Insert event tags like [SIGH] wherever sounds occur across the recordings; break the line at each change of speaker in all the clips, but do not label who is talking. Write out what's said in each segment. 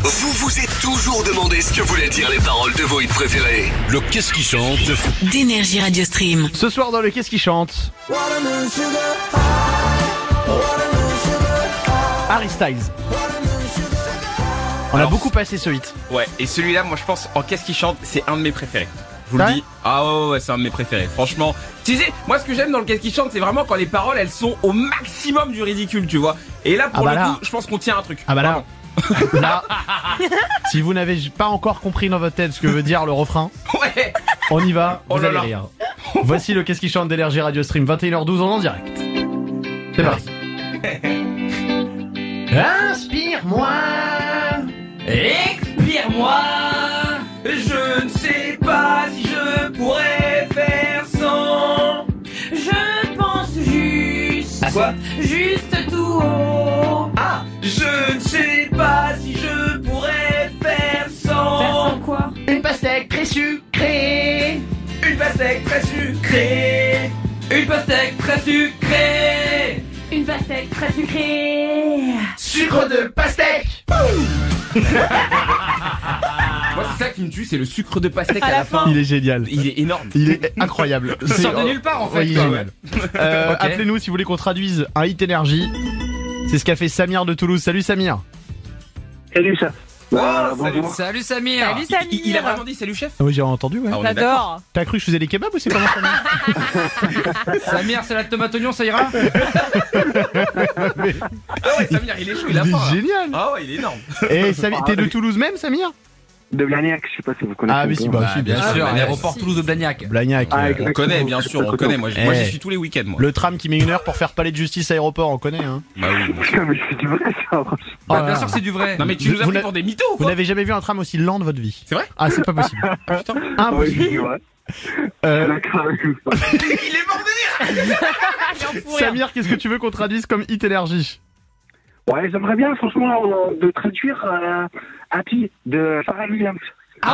Vous vous êtes toujours demandé ce que voulaient dire les paroles de vos hits préférés.
Le qu'est-ce qui chante
d'énergie Radio Stream.
Ce soir dans le Qu'est-ce qui chante Harry Styles. On a
Alors-
beaucoup passé ce hit.
Ouais, et celui-là, moi je pense, en qu'est-ce qu'il chante, c'est un de mes préférés. Je vous
Ah
le
ouais
dis. Ah ouais, ouais, ouais, c'est un de mes préférés. Franchement, tu sais, moi ce que j'aime dans le qu'est-ce qu'il chante, c'est vraiment quand les paroles elles sont au maximum du ridicule, tu vois. Et là, pour
Ah bah
le
là.
coup, je pense qu'on tient un truc.
Ah bah là.
Vraiment. [LAUGHS]
là. Si vous n'avez pas encore compris dans votre tête ce que veut dire le refrain,
[LAUGHS] Ouais.
on y va, vous
Oh là
allez
là.
rire. Voici le Qu'est-ce qui chante d'énergie Radio Stream 21h12 en direct. C'est parti.
[LAUGHS]
Inspire-moi.
Expire-moi, Ah, je ne sais pas si je pourrais faire sans.
Je pense juste,
Quoi
juste tout haut.
Ah, je ne sais pas si je pourrais
Faire
faire sans.
sans quoi
Une pastèque très sucrée.
Une pastèque très sucrée Une pastèque très sucrée
Une pastèque très sucrée.
Sucre de
[LAUGHS]
pastèque.
Moi c'est ça qui me tue, c'est le sucre de pastèque à,
À
la,
la
fin.
Il est génial.
Il est énorme.
Il est incroyable.
Il
C'est-
sort de nulle part en fait.
Ouais, il est
quoi.
génial. [LAUGHS] Euh,
Ok.
Appelez-nous si vous voulez qu'on traduise un hit énergie. C'est ce qu'a fait Samir de Toulouse. Salut Samir.
Salut ça.
Ah,
Voilà, bonjour.
Salut Samir
Salut, Samir.
il, il a vraiment dit salut chef
Oui, j'ai entendu, ouais.
Ah, on est d'accord.
J'adore.
T'as cru que je faisais des kebabs ou c'est comment Samir
Samir, c'est la tomate oignon, ça [LAUGHS] ira Ah ouais, Samir, il est chaud, il a
Il est
faim. là.
génial.
Ah ouais, il est énorme.
Et Eh, Samir, t'es de Toulouse même, Samir
De Blagnac, je sais pas si vous connaissez.
Ah, mais
ou
si,
pas.
bah, si,
Ah,
sûr.
bah,
Ouais.
L'aéroport Toulouse de Blagnac.
Blagnac.
Ah,
euh,
exactement.
On connaît, bien sûr, on connaît. Moi, j- moi,
Eh.
j'y suis tous les week-ends, moi.
Le tram qui met une heure pour faire palais de justice aéroport, on connaît. Hein.
Bah oui.
[LAUGHS]
Bah,
Putain, mais c'est du vrai ça. franchement.
Oh là là.
c'est du vrai. Non, mais tu
Vous-
nous
vous
as pris
n'avez-
pour des mythos ou
Vous
quoi
n'avez jamais vu un tram aussi lent de votre vie.
C'est vrai
[LAUGHS] Ah, Oh. c'est pas possible.
Putain.
Ouais,
Impossible.
c'est
[LAUGHS]
du vrai.
Euh,
La crème.
Il est mort de rire
Ah, hein.
Samir, qu'est-ce que tu veux qu'on traduise comme hit énergie
Ouais, j'aimerais bien, franchement, euh, de traduire euh, Happy de Pharrell Williams.
Ah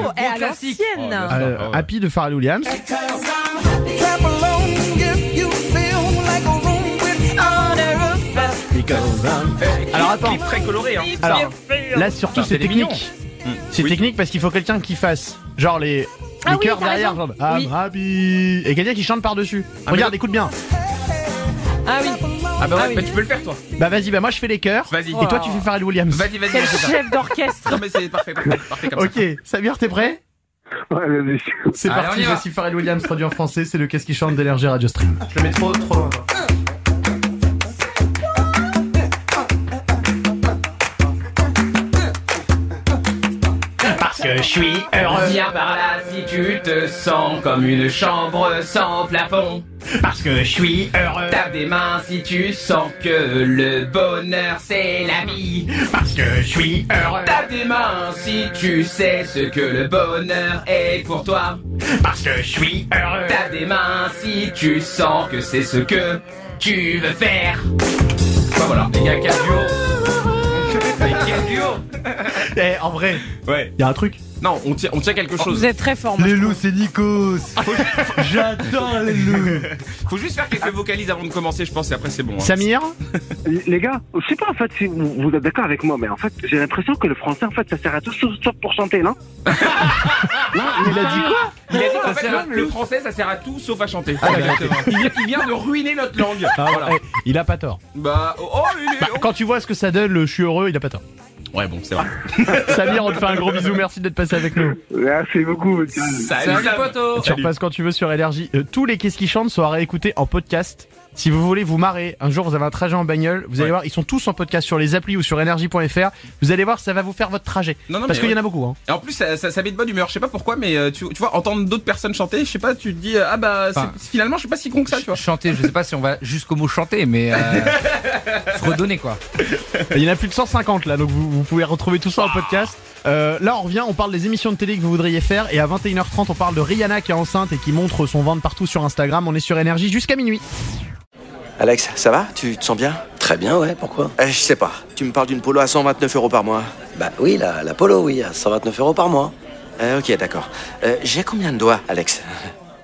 Oh, eh, à
classique.
l'ancienne.
Oh, bien sûr.
Euh,
Ah ouais.
Happy de Pharrell Williams.
Eh,
Alors, attends.
Clip très coloré, hein.
Alors, là surtout
Enfin,
c'est
c'est des millions.
technique.
Mm.
C'est
Oui.
technique parce qu'il faut quelqu'un qui fasse genre les, les
Ah oui,
chœurs
t'as
derrière,
raison.
genre I'm
Oui.
happy et quelqu'un qui chante par-dessus.
Ah,
Regarde,
mais-
écoute bien.
Ah oui,
Ah bah ouais,
oui.
bah tu peux le faire toi.
Bah vas-y, bah moi je fais les chœurs.
Vas-y.
Et toi tu fais Pharrell Williams.
Oh. Vas-y, vas-y,
quel
vas-y, fais ça.
chef d'orchestre.
Non mais c'est parfait, parfait, parfait comme
Ok, Samir, t'es prêt
Ouais, vas-y.
C'est
Allez,
parti,
on y va.
voici Pharrell Williams traduit en français, c'est le qu'est-ce qui chante d'énergie Radio Stream. Je le mets trop trop loin. Parce que je suis
ça.
heureux,
Viens par là si tu te sens comme une chambre sans plafond.
parce que je suis heureux,
Tape des mains si tu sens que le bonheur c'est la vie.
parce que je suis heureux.
Tape des mains si tu sais ce que le bonheur est pour toi.
Parce que je suis heureux.
Tape des mains si tu sens que c'est ce que tu veux faire. Bah voilà, il y a 4 duos. Il y a quatre duos.
Eh, en vrai,
Ouais.
y a un truc.
Non, on tient, on tient quelque chose.
Vous êtes très fort. moi, je trouve.
c'est Nikos. [LAUGHS] J'adore les
[LAUGHS]
loups.
Faut juste faire quelques vocalises avant de commencer, je pense, et après c'est bon. hein.
Samir,
Les gars, je sais pas en fait si vous, vous êtes d'accord avec moi, mais en fait, j'ai l'impression que le français, en fait, ça sert à tout sauf sauf pour chanter, non
il a dit quoi
Il a dit qu'en fait, le, le français, ça sert à tout sauf à chanter.
Ah, d'accord.
Exactement. Ah, il, vient, il vient de ruiner notre langue. voilà.
Eh, Il a pas tort.
Bah, oh, oh, il est-
Bah,
oh.
quand tu vois ce que ça donne, le je suis heureux, il a pas tort.
Ouais, bon, c'est vrai.
Samir, on te fait un gros bisou, merci d'être passé avec nous.
Merci beaucoup, monsieur.
Salut, Sam.
Tu repasses quand tu veux sur Énergie. Euh, tous les Qu'est-ce qui chantent sont à réécouter en podcast Si vous voulez vous marrer, un jour vous avez un trajet en bagnole, vous allez voir, ils sont tous en podcast sur les applis ou sur energie.fr. Vous allez voir, ça va vous faire votre trajet.
Non, non,
Parce
mais
qu'il y
ouais.
en a beaucoup. Hein.
Et en plus, ça, ça, ça met de bonne humeur. Je sais pas pourquoi, mais euh, tu, tu vois, entendre d'autres personnes chanter, je sais pas, tu te dis, euh, ah bah, c'est-
Enfin,
finalement, je suis pas si con que ça, tu vois.
Chanter, je sais pas si on va jusqu'au mot chanter, mais euh, se redonner quoi.
Il y en a plus de 150 là, donc vous, vous pouvez retrouver tout ça en podcast. Euh, là, on revient, on parle des émissions de télé que vous voudriez faire. Et à 21h30, on parle de Rihanna qui est enceinte et qui montre son ventre partout sur Instagram. On est sur énergie jusqu'à minuit.
Alex, ça va Tu te sens bien
Très bien, ouais, pourquoi
Euh, Je sais pas. Tu me parles d'une polo à 129 euros par mois.
Bah oui, la, la polo, oui, à 129 euros par mois.
Euh, ok, d'accord. Euh, J'ai combien de doigts, Alex